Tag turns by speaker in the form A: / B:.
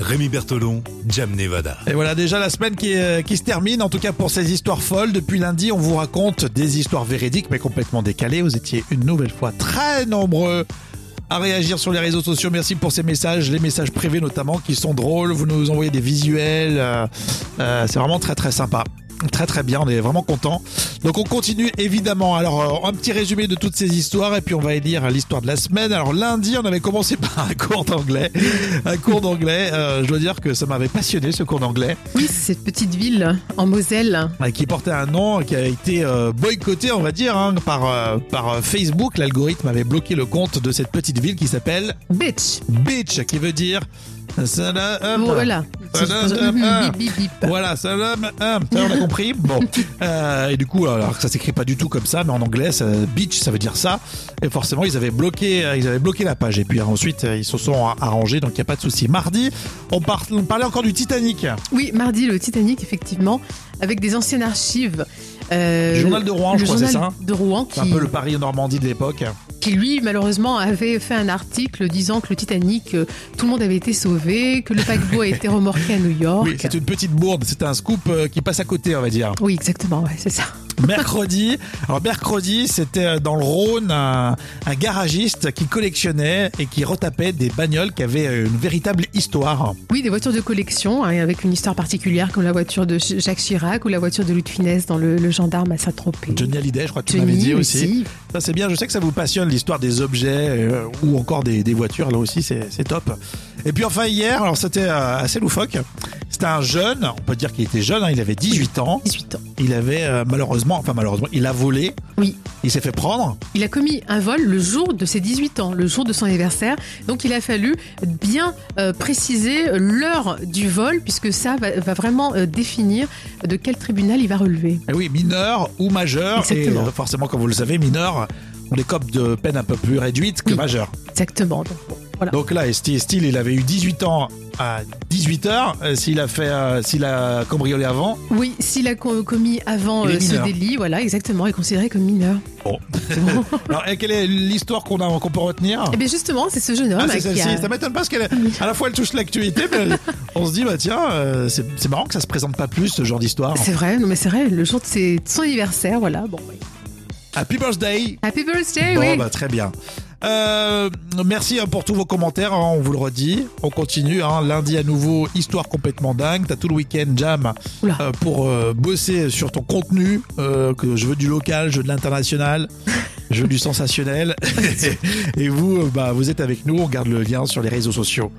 A: Rémi Bertolon, Jam Nevada.
B: Et voilà déjà la semaine qui, euh, qui se termine, en tout cas pour ces histoires folles. Depuis lundi, on vous raconte des histoires véridiques mais complètement décalées. Vous étiez une nouvelle fois très nombreux à réagir sur les réseaux sociaux. Merci pour ces messages, les messages privés notamment, qui sont drôles. Vous nous envoyez des visuels. euh, euh, c'est vraiment très très sympa. Très très bien, on est vraiment content. Donc on continue évidemment. Alors euh, un petit résumé de toutes ces histoires et puis on va élire l'histoire de la semaine. Alors lundi on avait commencé par un cours d'anglais, un cours d'anglais. euh, je dois dire que ça m'avait passionné ce cours d'anglais
C: Oui, c'est cette petite ville en Moselle.
B: euh, qui portait un nom qui a été euh, boycotté, on va dire, hein, par euh, par euh, Facebook. L'algorithme avait bloqué le compte de cette petite ville qui s'appelle
C: Bitch.
B: Bitch, qui veut dire. Salam,
C: Voilà.
B: Salam, salam.
C: Bip, bip, bip.
B: Voilà, salam, hum, ça on a compris. Bon, Euh, et du coup, alors que ça s'écrit pas du tout comme ça, mais en anglais, ça, beach, ça veut dire ça. Et forcément, ils avaient bloqué, euh, ils avaient bloqué la page. Et puis euh, ensuite, euh, ils se sont ar- arrangés, donc il y a pas de souci. Mardi, on, par- on parlait encore du Titanic,
C: Oui, mardi, le Titanic, effectivement, avec des anciennes archives. Euh,
B: Le journal de Rouen,
C: le
B: je crois,
C: journal
B: c'est ça hein
C: de Rouen,
B: c'est
C: qui,
B: un peu le Paris Normandie de l'époque.
C: qui, lui, malheureusement, avait fait un article disant que le Titanic, euh, tout le monde avait été sauvé, que le paquebot a été remorqué à New York.
B: Oui, c'est une petite bourde, c'est un scoop euh, qui passe à côté, on va dire.
C: Oui, exactement, ouais, c'est ça.
B: mercredi. Alors mercredi, c'était euh, dans le Rhône un, un garagiste qui collectionnait et qui retapait des bagnoles qui avaient euh, une véritable histoire.
C: Oui, des voitures de collection, hein, avec une histoire particulière, comme la voiture de Ch- Jacques Chirac ou la voiture de Louis de Funès dans Le, le gendarme à Saint-Tropez.
B: Johnny Hallyday, je crois que tu
C: Johnny
B: m'avais dit aussi. Ça c'est bien, je sais que ça vous passionne l'histoire des objets euh, ou encore des, des voitures, là aussi c'est c'est top. Et puis enfin hier, alors c'était euh, assez loufoque, c'était un jeune, on peut dire qu'il était jeune, hein, il avait 18 ans,
C: 18 ans.
B: il avait euh, malheureusement, enfin malheureusement, il a volé,
C: Oui.
B: il s'est fait prendre,
C: Il a commis un vol le jour de ses 18 ans, le jour de son anniversaire. Donc il a fallu bien euh, préciser l'heure du vol, puisque ça va, va vraiment euh, définir de quel tribunal il va relever.
B: Eh oui, mineur ou majeur.
C: Exactement.
B: Et euh, forcément, comme vous le savez, mineur, on décope de peine un peu plus réduite que
C: Oui.
B: majeur.
C: Exactement. Donc, bon, voilà.
B: Donc là, Esti- Steele, il avait eu 18 ans à 18 heures. euh, S'il a fait, euh, s'il a cambriolé avant,
C: Oui, s'il a co- commis avant
B: Il est
C: euh, ce
B: mineur. Ah.
C: délit, voilà, exactement, est considéré comme mineur.
B: Bon.
C: C'est bon.
B: alors et quelle est l'histoire qu'on a, qu'on peut retenir
C: Eh bien justement, c'est ce jeune homme
B: Ah,
C: euh,
B: c'est
C: qui
B: celle-ci.
C: a...
B: Ça m'étonne pas parce qu'elle, est- à la fois, elle touche l'actualité, mais on se dit, bah tiens, euh, c'est c'est marrant que ça se présente pas plus ce genre d'histoire.
C: C'est vrai, non mais c'est vrai, le jour de, ses- de son anniversaire, voilà. Bon, ouais.
B: Happy birthday.
C: Happy birthday,
B: Bon,
C: oui.
B: bah, très bien. Euh, merci hein, pour tous vos commentaires, hein, on vous le redit. On continue, hein, lundi à nouveau, histoire complètement dingue. T'as tout le week-end, Jam,
C: Oula.
B: euh, pour euh, bosser sur ton contenu. euh, que je veux du local, je veux de l'international, je veux du sensationnel. Et vous, euh, bah, vous êtes avec nous, on garde le lien sur les réseaux sociaux.